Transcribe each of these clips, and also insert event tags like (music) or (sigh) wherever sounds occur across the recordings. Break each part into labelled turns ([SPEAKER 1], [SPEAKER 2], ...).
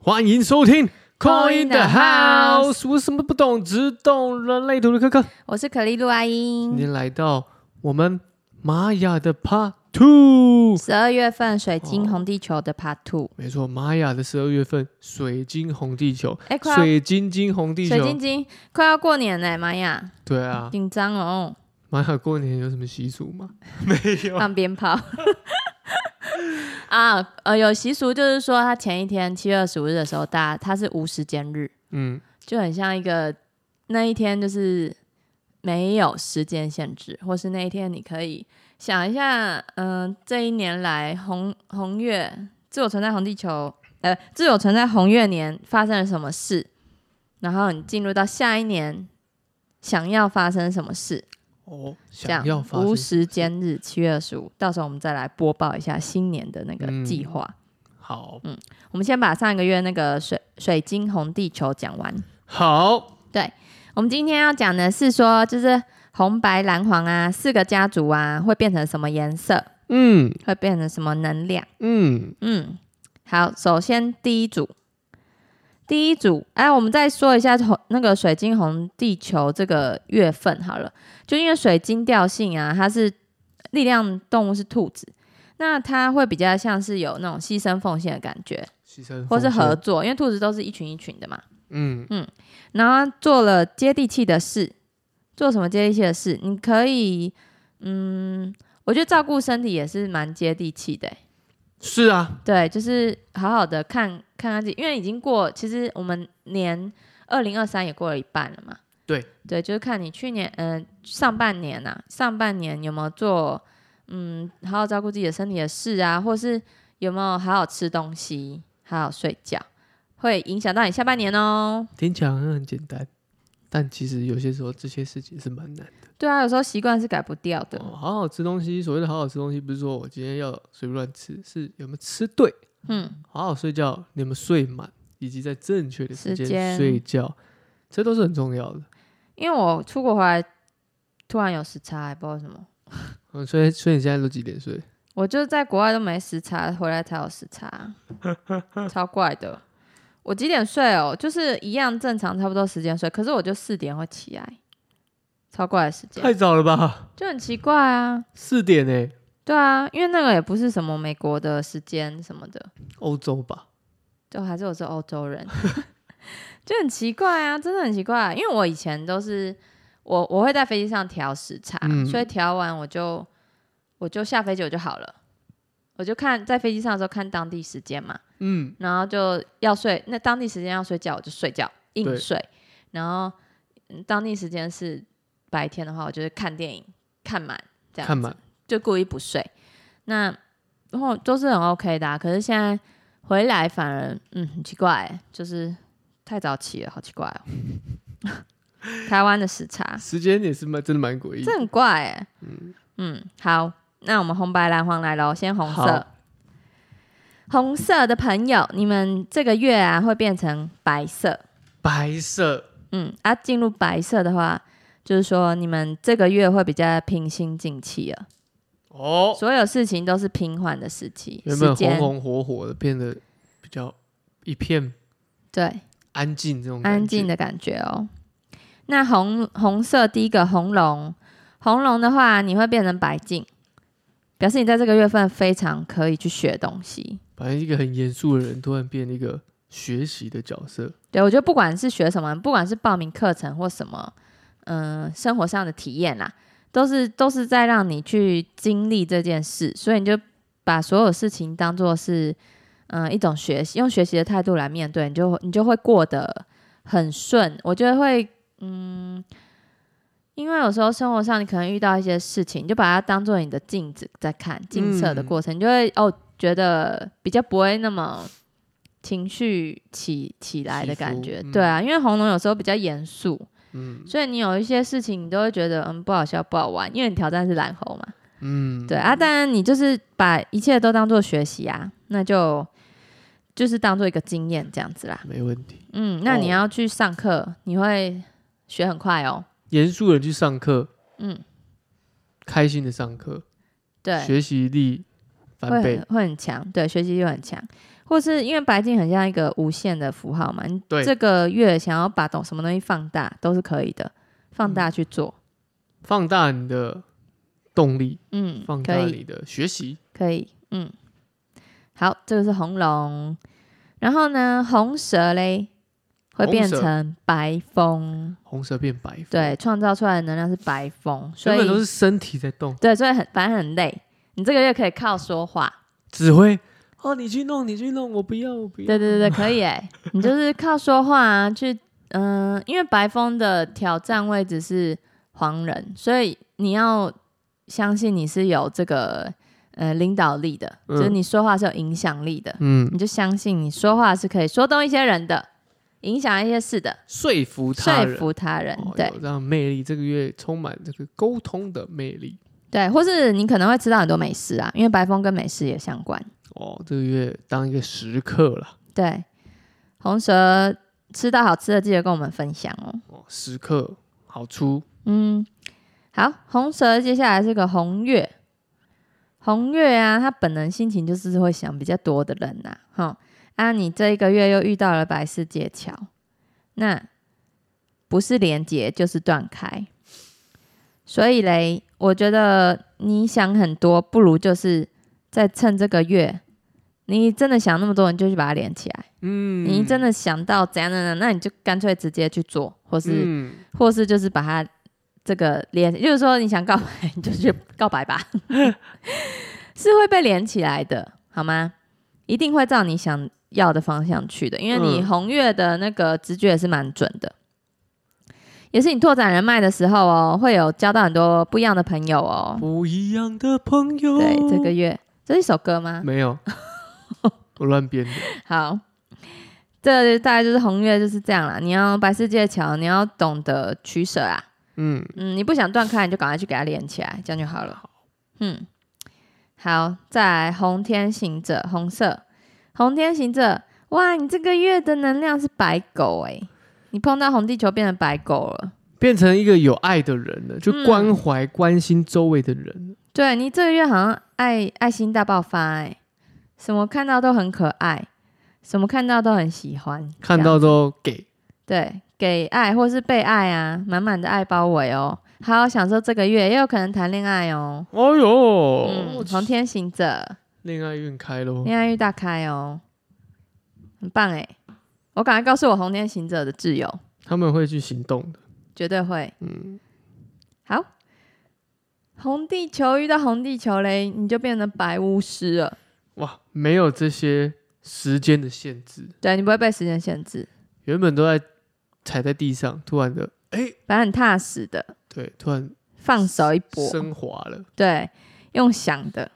[SPEAKER 1] 欢迎收听《Coin in the
[SPEAKER 2] Coin in the
[SPEAKER 1] House》，我什么都不懂，只懂人类图的科科。
[SPEAKER 2] 我是可丽露阿
[SPEAKER 1] 今
[SPEAKER 2] 英。
[SPEAKER 1] 天来到我们玛雅的 Part Two，
[SPEAKER 2] 十二月份水
[SPEAKER 1] 哦
[SPEAKER 2] 晶红地球的 Part Two，
[SPEAKER 1] 没错，玛雅的十二月份水晶红地球，
[SPEAKER 2] 哎，快要
[SPEAKER 1] 水晶金红地
[SPEAKER 2] 水晶
[SPEAKER 1] 球，
[SPEAKER 2] 晶快要过年嘞，玛雅，
[SPEAKER 1] 对啊，
[SPEAKER 2] 紧张哦，
[SPEAKER 1] 玛雅过年有什么习俗吗？
[SPEAKER 2] 放鞭炮。 (laughs) 啊，呃，有习俗就是说，他前一天七月二十五日的时候，大家他是无时间日，
[SPEAKER 1] 嗯，
[SPEAKER 2] 就很像一个那一天就是没有时间限制，或是那一天你可以想一下，嗯、这一年来红红月自我存在红地球，呃，自我存在红月年发生了什么事，然后你进入到下一年想要发生什么事，
[SPEAKER 1] 哦，
[SPEAKER 2] 这
[SPEAKER 1] 想
[SPEAKER 2] 样
[SPEAKER 1] 要发
[SPEAKER 2] 无
[SPEAKER 1] 生
[SPEAKER 2] 时间日七月二十五，到时候我们再来播报一下新年的那
[SPEAKER 1] 嗯
[SPEAKER 2] 个计划。
[SPEAKER 1] 好
[SPEAKER 2] 我们先把上一个月那个水水晶红地球讲完。
[SPEAKER 1] 好，
[SPEAKER 2] 我们今天要讲的是说，就是红白蓝黄啊，四个家族啊，会变成什么颜色，
[SPEAKER 1] 嗯
[SPEAKER 2] 会变成什么能量？
[SPEAKER 1] 嗯，
[SPEAKER 2] 嗯，好，首先第一组，第一组，哎，我们再说一下红那个水晶红地球这个月份好了，就因为水晶调性啊，它是力量动物是兔子，那它会比较像是有那种牺牲奉献的感觉，
[SPEAKER 1] 牺牲
[SPEAKER 2] 或是
[SPEAKER 1] 奉献
[SPEAKER 2] 合，作，因为兔子都是一群一群的嘛。
[SPEAKER 1] 嗯
[SPEAKER 2] 然后做了接地气的事，做什么接地气的事？你可以，嗯，我觉得照顾身体也是蛮接地气的欸、
[SPEAKER 1] 是啊，
[SPEAKER 2] 对，就是好好的看看看自己，因为已经过，其实我们年二零二三也过了一半了嘛。
[SPEAKER 1] 对
[SPEAKER 2] 对，就是看你去年，嗯、上半年呐、上半年有没有做，嗯，好好照顾自己的身体的事啊，或是有没有好好吃东西，好好睡觉，会影响到你下半年哦。
[SPEAKER 1] 听起来好像很简单，但其实有些时候这些事情是蛮难的。
[SPEAKER 2] 对啊，有时候习惯是改不掉的。
[SPEAKER 1] 哦，好好吃东西，所谓的好好吃东西，不是说我今天要随便乱吃，是有没有吃对，
[SPEAKER 2] 嗯，
[SPEAKER 1] 好好睡觉，你有没有睡满，以及在正确的时
[SPEAKER 2] 时
[SPEAKER 1] 间
[SPEAKER 2] 间
[SPEAKER 1] 睡觉，这都是很重要的。
[SPEAKER 2] 因为我出国回来突然有时差，也不知道为什么。
[SPEAKER 1] 嗯，所以所以你现在都几点睡？
[SPEAKER 2] 我就在国外都没时差，回来才有时差，超怪的。我几点睡哦？就是一样正常，差不多时间睡，可是我就四点会起来，超怪的时间，
[SPEAKER 1] 太早了吧，
[SPEAKER 2] 就很奇怪啊。
[SPEAKER 1] 四点呢、欸
[SPEAKER 2] 对啊，因为那个也不是什么美国的时间什么的，
[SPEAKER 1] 欧洲吧？
[SPEAKER 2] 就还是我是欧洲人， (laughs) 就很奇怪啊，真的很奇怪、因为我以前都是我我会在飞机上调时差，
[SPEAKER 1] 嗯
[SPEAKER 2] 所以调完我就我就下飞机我就好了，我就看在飞机上的时候看当地时间嘛，
[SPEAKER 1] 嗯，
[SPEAKER 2] 然后就要睡，那当地时间要睡觉我就睡觉硬
[SPEAKER 1] 对
[SPEAKER 2] 睡，然后嗯当地时间是白天的话，我就是看电影看满这样子
[SPEAKER 1] 看满，
[SPEAKER 2] 就故意不睡。那然后都是很 OK 的、啊，可是现在回来反而嗯很奇怪欸，就是太早起了，好奇怪哦。 (laughs) 台湾的时差，
[SPEAKER 1] 时间也是蛮真的蛮诡异。
[SPEAKER 2] 啊这很怪哎。嗯好，那我们红白蓝黄来喽，先红色
[SPEAKER 1] 好。
[SPEAKER 2] 红色的朋友，你们这个月啊会变成白色，
[SPEAKER 1] 白色，
[SPEAKER 2] 嗯啊，进入白色的话，就是说你们这个月会比较平心静气了，
[SPEAKER 1] 哦，
[SPEAKER 2] 所有事情都是平缓的时期，
[SPEAKER 1] 原
[SPEAKER 2] 时
[SPEAKER 1] 本
[SPEAKER 2] 间
[SPEAKER 1] 红红火火的，变得比较一片
[SPEAKER 2] 对，
[SPEAKER 1] 安静这种感觉
[SPEAKER 2] 安静，的感觉哦。那红红色第一个红龙，红龙的话，你会变成白净，表示你在这个月份非常可以去学东西。
[SPEAKER 1] 反正一个很严肃的人突然变一个学习的角色。
[SPEAKER 2] 对我觉得不管是学什么，不管是报名课程或什么，嗯、生活上的体验啦，都是都是在让你去经历这件事，所以你就把所有事情当做是嗯、呃一种学习，用学习的态度来面对，你就会你就会过得很顺。我觉得会嗯，因为有时候生活上你可能遇到一些事情，你就把它当做你的镜子在看，镜射的
[SPEAKER 1] 嗯
[SPEAKER 2] 过程，你就会哦觉得比较不会那么。情绪起起来的
[SPEAKER 1] 起
[SPEAKER 2] 感
[SPEAKER 1] 伏
[SPEAKER 2] 觉，
[SPEAKER 1] 嗯
[SPEAKER 2] 对啊，因为红龙有时候比较严肃，
[SPEAKER 1] 嗯
[SPEAKER 2] 所以你有一些事情，你都会觉得嗯不好笑不好玩，因为你挑战是蓝猴嘛。
[SPEAKER 1] 嗯，
[SPEAKER 2] 对啊，当然你就是把一切都当做学习啊，那就就是当做一个经验这样子啦。
[SPEAKER 1] 没问题。
[SPEAKER 2] 嗯，那你
[SPEAKER 1] 哦
[SPEAKER 2] 要去上课，你会学很快哦。
[SPEAKER 1] 严肃人去上课，
[SPEAKER 2] 嗯，
[SPEAKER 1] 开心的上课，
[SPEAKER 2] 对，
[SPEAKER 1] 学习力翻
[SPEAKER 2] 会
[SPEAKER 1] 倍
[SPEAKER 2] 很。会很强，对，学习力会很强。或是因为白净很像一个无限的符号嘛，你
[SPEAKER 1] 对
[SPEAKER 2] 这个月想要把懂什么东西放大都是可以的，放
[SPEAKER 1] 嗯
[SPEAKER 2] 大去做，
[SPEAKER 1] 放大你的动力，
[SPEAKER 2] 嗯，
[SPEAKER 1] 放
[SPEAKER 2] 可
[SPEAKER 1] 大
[SPEAKER 2] 以
[SPEAKER 1] 你的学习。
[SPEAKER 2] 可以，嗯，好，这个是红龙，然后呢，红蛇嘞会
[SPEAKER 1] 红
[SPEAKER 2] 变
[SPEAKER 1] 蛇
[SPEAKER 2] 成白风，
[SPEAKER 1] 红蛇变白凤，
[SPEAKER 2] 对，，创造出来的能量是白风，所
[SPEAKER 1] 原本都
[SPEAKER 2] 以嗯
[SPEAKER 1] 是身体在动，
[SPEAKER 2] 对，所以很反正很累，你这个月可以靠说话，
[SPEAKER 1] 指挥。哦，你去弄，你去弄，我不要，我不要。
[SPEAKER 2] 对对对对，可以哎、你就是靠说话、啊、去，嗯、因为白风的挑战位置是黄人，所以你要相信你是有这个呃领导力的，
[SPEAKER 1] 嗯
[SPEAKER 2] 就是你说话是有影响力的，
[SPEAKER 1] 嗯，
[SPEAKER 2] 你就相信你说话是可以说动一些人的，影响一些事的，
[SPEAKER 1] 说服他
[SPEAKER 2] 说
[SPEAKER 1] 人，
[SPEAKER 2] 服他人，
[SPEAKER 1] 哦
[SPEAKER 2] 对
[SPEAKER 1] 有这样魅力，这个月充满这个沟通的魅力。
[SPEAKER 2] 对，或是你可能会吃到很多美食啊，因为白风跟美食也相关。
[SPEAKER 1] 哦，这个月当一个食客啦，
[SPEAKER 2] 对，红蛇吃到好吃的记得跟我们分享哦。
[SPEAKER 1] 哦，食客好出
[SPEAKER 2] 嗯，好，红蛇接下来是个红月，红月啊，他本人心情就是会想比较多的人呐、哈，啊，你这一个月又遇到了白世界桥，那不是连接就是断开，所以嘞，我觉得你想很多，不如就是在趁这个月。你真的想那么多，你就去把它连起来。
[SPEAKER 1] 嗯，
[SPEAKER 2] 你真的想到怎样怎样，那你就干脆直接去做，或是
[SPEAKER 1] 嗯，
[SPEAKER 2] 或是就是把它这个连，就是说你想告白，你就去告白吧，是会被连起来的，好吗？一定会照你想要的方向去的，因为你
[SPEAKER 1] 嗯
[SPEAKER 2] 红月的那个直觉也是蛮准的，也是你拓展人脉的时候哦，会有交到很多不一样的朋友哦。
[SPEAKER 1] 不一样的朋友。
[SPEAKER 2] 对，这个啊月这是一首歌吗？
[SPEAKER 1] 没
[SPEAKER 2] (laughs)
[SPEAKER 1] 有，我乱编的。
[SPEAKER 2] 好，这大概就是红月就是这样啦。你要白世界桥，你要懂得取舍啊。
[SPEAKER 1] 嗯，
[SPEAKER 2] 嗯，你不想断开，你就赶快去给它连起来，这样就好了。嗯，好，再来红天行者，红色，红天行者，哇，你这个月的能量是白狗哎、你碰到红地球变成白狗了。
[SPEAKER 1] 变成一个有爱的人了，就
[SPEAKER 2] 嗯
[SPEAKER 1] 关怀、关心周围的人了。
[SPEAKER 2] 对你这个月好像爱爱心大爆发哎、什么看到都很可爱，什么看到都很喜欢，
[SPEAKER 1] 看
[SPEAKER 2] 这样
[SPEAKER 1] 到都给，
[SPEAKER 2] 对给爱或是被爱啊，满满的爱包围哦。好好享受这个月，也有可能谈恋爱哦。
[SPEAKER 1] 哎呦，
[SPEAKER 2] 嗯，红天行者。
[SPEAKER 1] 恋爱运开喽！
[SPEAKER 2] 恋爱运大开哦，很棒哎！我赶快告诉我红天行者的挚友，
[SPEAKER 1] 他们会去行动的。
[SPEAKER 2] 绝对会
[SPEAKER 1] 嗯，
[SPEAKER 2] 好。红地球遇到红地球嘞，你就变成白巫师了，
[SPEAKER 1] 哇，没有这些时间的限制，
[SPEAKER 2] 对你不会被时间限制，
[SPEAKER 1] 原本都在踩在地上，突然的，哎、
[SPEAKER 2] 反正很踏实的，
[SPEAKER 1] 对，突然
[SPEAKER 2] 放手一搏，
[SPEAKER 1] 升华
[SPEAKER 2] (laughs)
[SPEAKER 1] 了，
[SPEAKER 2] 对，用想的，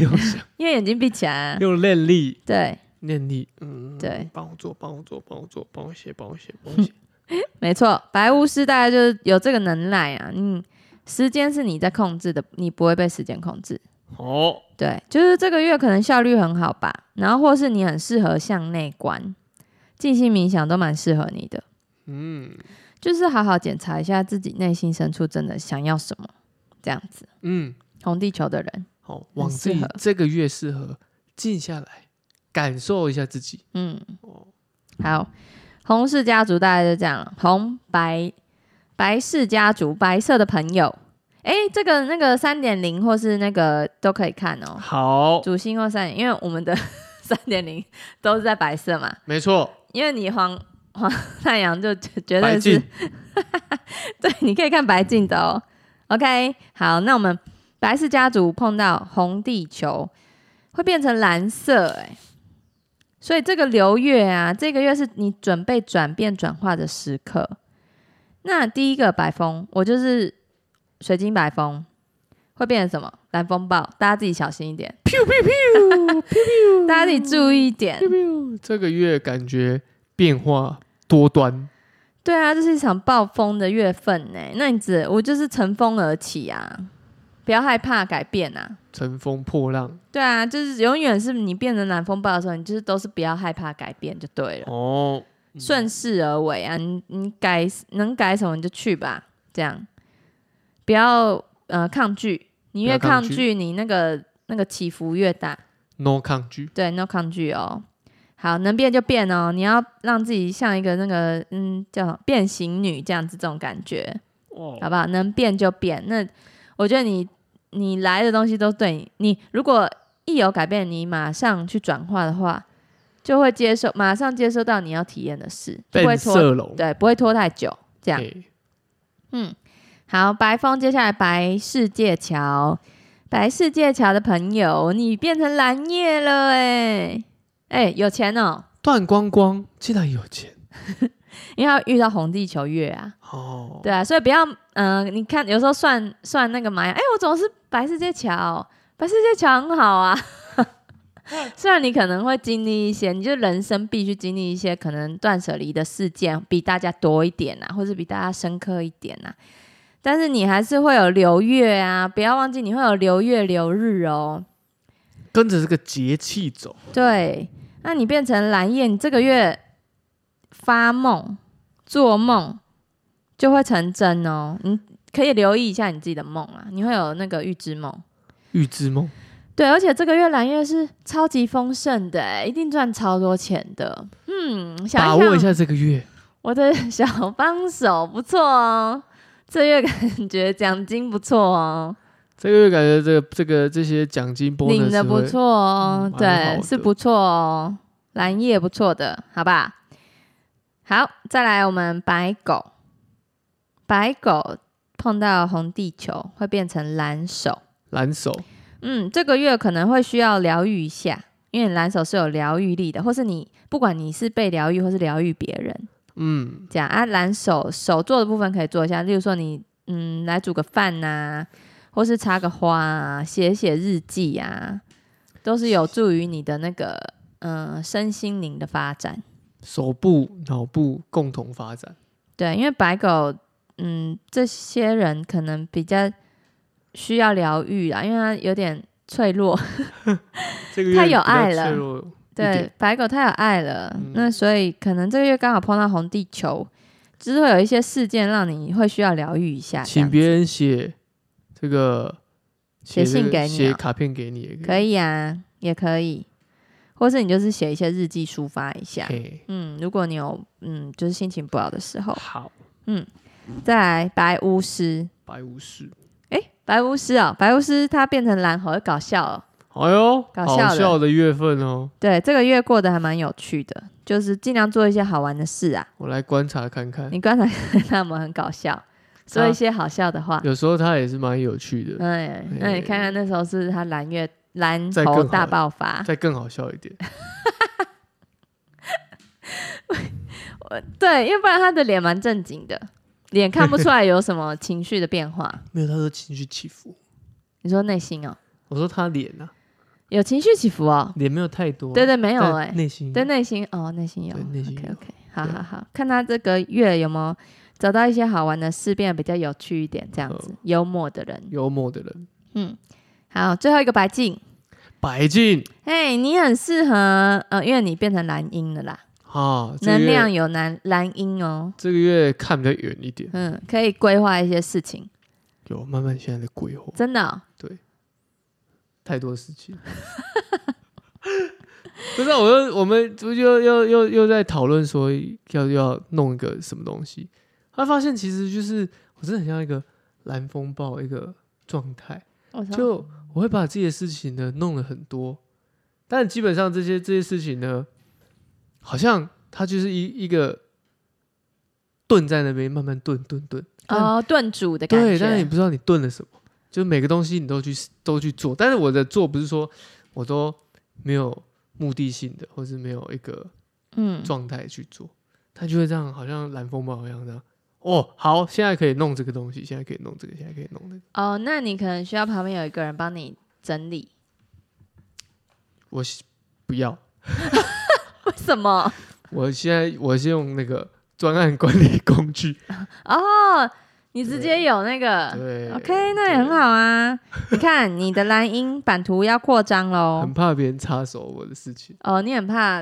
[SPEAKER 1] 用想
[SPEAKER 2] 因为眼睛闭起来啊、
[SPEAKER 1] 用念力，
[SPEAKER 2] 对，
[SPEAKER 1] 念力，嗯，
[SPEAKER 2] 对，
[SPEAKER 1] 帮我做，帮我做，帮我做，帮我写，帮我写，帮我写。
[SPEAKER 2] 没错，白巫师大概就是有这个能耐啊，嗯，时间是你在控制的，你不会被时间控制，
[SPEAKER 1] 哦，
[SPEAKER 2] 对，就是这个月可能效率很好吧，然后或是你很适合向内观、静心冥想，都蛮适合你的。
[SPEAKER 1] 嗯
[SPEAKER 2] 就是好好检查一下自己内心深处真的想要什么，这样子。
[SPEAKER 1] 嗯，
[SPEAKER 2] 红地球的人，
[SPEAKER 1] 好，往
[SPEAKER 2] 适
[SPEAKER 1] 自己
[SPEAKER 2] 合
[SPEAKER 1] 这个月适合静下来，感受一下自己。
[SPEAKER 2] 嗯，
[SPEAKER 1] 哦，
[SPEAKER 2] 好，红氏家族大概就这样了。红白白氏家族，白色的朋友，哎，这个那个三点零或是那个都可以看哦，
[SPEAKER 1] 好，
[SPEAKER 2] 主星或三点，因为我们的 (laughs) 三点零都是在白色嘛，
[SPEAKER 1] 没错，
[SPEAKER 2] 因为你黄黄太阳就绝绝
[SPEAKER 1] 白
[SPEAKER 2] 对
[SPEAKER 1] 净
[SPEAKER 2] 是。 (laughs) 对，你可以看白镜的哦。OK，好，那我们白氏家族碰到红地球会变成蓝色、欸，所以这个流月啊，这个月是你准备转变转化的时刻。那第一个白风，我就是水晶白风，会变成什么？蓝风暴，大家自己小心一点。 (laughs) 大家自己注意一点。
[SPEAKER 1] 这个月感觉变化多端，
[SPEAKER 2] 对啊，这是一场暴风的月份呢。那你只我就是乘风而起啊，不要害怕改变啊。
[SPEAKER 1] 乘风破浪。
[SPEAKER 2] 对啊，就是永远是你变成南风暴的时候，你就是都是不要害怕改变就对了，
[SPEAKER 1] 哦，
[SPEAKER 2] 顺势而为啊。你你改能改什么你就去吧，这样不要呃抗拒，你
[SPEAKER 1] 不
[SPEAKER 2] 越
[SPEAKER 1] 要抗
[SPEAKER 2] 抗
[SPEAKER 1] 拒
[SPEAKER 2] 拒你那个那个起伏越大。
[SPEAKER 1] no 抗拒，
[SPEAKER 2] 对，no 抗拒哦。好，能变就变哦，你要让自己像一个那个嗯，叫什么变形女这样子这种感觉，
[SPEAKER 1] 哦
[SPEAKER 2] 好不好？能变就变。那我觉得你你来的东西都对你，你如果一有改变，你马上去转化的话，就会接受，马上接收到你要体验的事，就不会
[SPEAKER 1] 变
[SPEAKER 2] 拖，
[SPEAKER 1] 色龙，
[SPEAKER 2] 对，不会拖太久。这样，
[SPEAKER 1] 哎
[SPEAKER 2] 嗯，好，白风，接下来白世界桥，白世界桥的朋友，你变成蓝叶了哎、哎、有钱哦，
[SPEAKER 1] 段光光竟然有钱
[SPEAKER 2] 因为要遇到红地球月啊，
[SPEAKER 1] 哦，
[SPEAKER 2] 对啊，所以不要，嗯、你看有时候算算那个玛雅，哎、我总是白世界桥，白世界桥很好啊。虽然你可能会经历一些，你就人生必须经历一些可能断舍离的事件，比大家多一点啊，或者比大家深刻一点啊。但是你还是会有流月啊，不要忘记你会有流月流日哦。
[SPEAKER 1] 跟着这个节气走，
[SPEAKER 2] 对，那你变成蓝叶，你这个月发梦、做梦就会成真哦。你可以留意一下你自己的梦啊，你会有那个预知梦。
[SPEAKER 1] 预知梦
[SPEAKER 2] 对，而且这个月蓝月是超级丰盛的欸，一定赚超多钱的。嗯，想
[SPEAKER 1] 把握一下这个月，
[SPEAKER 2] 我的小帮手不错哦，这月感觉奖金不错哦，
[SPEAKER 1] 这个月感觉这个这个这些奖金 bonus
[SPEAKER 2] 领的不
[SPEAKER 1] 会
[SPEAKER 2] 错哦
[SPEAKER 1] 嗯，蛮好
[SPEAKER 2] 对，
[SPEAKER 1] 的
[SPEAKER 2] 是不错哦，蓝叶不错的，好吧？好，再来我们白狗，白狗碰到红地球会变成蓝手，
[SPEAKER 1] 蓝手
[SPEAKER 2] 嗯，这个月可能会需要疗愈一下，因为蓝手是有疗愈力的，或是你不管你是被疗愈或是疗愈别人。
[SPEAKER 1] 嗯，
[SPEAKER 2] 这样啊，蓝手手做的部分可以做一下，例如说你嗯来煮个饭呐、或是插个花啊，写写日记啊，都是有助于你的那个嗯、呃身心灵的发展。
[SPEAKER 1] 手部脑部共同发展，
[SPEAKER 2] 对，因为白狗嗯这些人可能比较需要疗愈啊，因为它有点脆弱，
[SPEAKER 1] 这个月
[SPEAKER 2] 太有
[SPEAKER 1] 比较
[SPEAKER 2] 爱了
[SPEAKER 1] 脆弱一
[SPEAKER 2] 对
[SPEAKER 1] 点，
[SPEAKER 2] 白狗太有爱了，
[SPEAKER 1] 嗯
[SPEAKER 2] 那所以可能这个月刚好碰到红地球，就是会有一些事件让你会需要疗愈一下，这
[SPEAKER 1] 请
[SPEAKER 2] 样
[SPEAKER 1] 别人写这个
[SPEAKER 2] 写
[SPEAKER 1] 写这
[SPEAKER 2] 信
[SPEAKER 1] 个
[SPEAKER 2] 给你
[SPEAKER 1] 写
[SPEAKER 2] 哦
[SPEAKER 1] 卡片给你也
[SPEAKER 2] 可以啊，也可以，或是你就是写一些日记抒发一下。
[SPEAKER 1] 嘿
[SPEAKER 2] 嗯，如果你有嗯，就是心情不好的时候，
[SPEAKER 1] 好，
[SPEAKER 2] 再来白巫师，
[SPEAKER 1] 白无事，
[SPEAKER 2] 诶，白巫师哦，白巫师他变成蓝猴，会搞笑哦。
[SPEAKER 1] 哎呦，
[SPEAKER 2] 搞
[SPEAKER 1] 好
[SPEAKER 2] 笑的
[SPEAKER 1] 笑的月份哦，
[SPEAKER 2] 对，这个月过得还蛮有趣的，就是尽量做一些好玩的事啊。
[SPEAKER 1] 我来观察看看，
[SPEAKER 2] 你刚才看我们很搞笑，
[SPEAKER 1] 啊
[SPEAKER 2] 说一些好笑的话，
[SPEAKER 1] 有时候它也是蛮有趣的，
[SPEAKER 2] 嗯，那你看看那时候是不是他蓝月蓝
[SPEAKER 1] 再
[SPEAKER 2] 猴
[SPEAKER 1] 更好
[SPEAKER 2] 大爆发，
[SPEAKER 1] 再更好笑一
[SPEAKER 2] (laughs)
[SPEAKER 1] 点，
[SPEAKER 2] 对，要不然他的脸蛮正经的，脸看不出来有什么情绪的变化。
[SPEAKER 1] 没有，他说情绪起伏，
[SPEAKER 2] 你说内心哦，
[SPEAKER 1] 我说他脸啊，
[SPEAKER 2] 有情绪起伏哦。
[SPEAKER 1] 脸没有太多，啊
[SPEAKER 2] 对对，没有
[SPEAKER 1] 但
[SPEAKER 2] 哎、
[SPEAKER 1] 内心
[SPEAKER 2] 对内心哦，内心有
[SPEAKER 1] 对内心
[SPEAKER 2] OK
[SPEAKER 1] 有
[SPEAKER 2] OK，好
[SPEAKER 1] 对
[SPEAKER 2] 好好，看他这个月有没有找到一些好玩的事，变得比较有趣一点，这样
[SPEAKER 1] 哦
[SPEAKER 2] 子、幽默的人。
[SPEAKER 1] 幽默的人，
[SPEAKER 2] 嗯，好，最后一个白净，
[SPEAKER 1] 白净
[SPEAKER 2] 嘿，你很适合，呃，因为你变成蓝鹰了啦，
[SPEAKER 1] 啊，这个
[SPEAKER 2] 能
[SPEAKER 1] 月
[SPEAKER 2] 量有蓝蓝鹰哦，
[SPEAKER 1] 这个月看比较远一点，
[SPEAKER 2] 嗯，可以规划一些事情，
[SPEAKER 1] 有慢慢现在的规划，
[SPEAKER 2] 真的哦、
[SPEAKER 1] 太多事情。 (laughs) 不是啊，我又我们就又又又又在讨论说要要弄一个什么东西，他发现其实就是我真的很像一个蓝风暴一个状态，
[SPEAKER 2] 我操，
[SPEAKER 1] 就我会把自己的事情呢弄了很多，但基本上这些这些事情呢，好像它就是一一个炖在那边慢慢炖炖炖，但
[SPEAKER 2] 哦，炖煮的
[SPEAKER 1] 嗯
[SPEAKER 2] 感
[SPEAKER 1] 对，
[SPEAKER 2] 觉，
[SPEAKER 1] 但是你不知道你炖了什么，就每个东西你都去都去做，但是我的做不是说我都没有目的性的，或是没有一个
[SPEAKER 2] 嗯，
[SPEAKER 1] 状态去做，它就会这样，好像蓝风暴一样这样。哦，好，现在可以弄这个东西，现在可以弄这个，现在可以弄那个。
[SPEAKER 2] 哦，那你可能需要旁边有一个人帮你整理，
[SPEAKER 1] 我是不要，
[SPEAKER 2] 为什么？
[SPEAKER 1] 我现在我是用那个专案管理工
[SPEAKER 2] (laughs)
[SPEAKER 1] 具。
[SPEAKER 2] 哦，你直接
[SPEAKER 1] 对
[SPEAKER 2] 有那个
[SPEAKER 1] 对
[SPEAKER 2] 啊，OK，那也很好啊。你看，你的蓝鹰版图要扩张喽
[SPEAKER 1] 很。怕别人插手我的事情。
[SPEAKER 2] 哦，你很怕，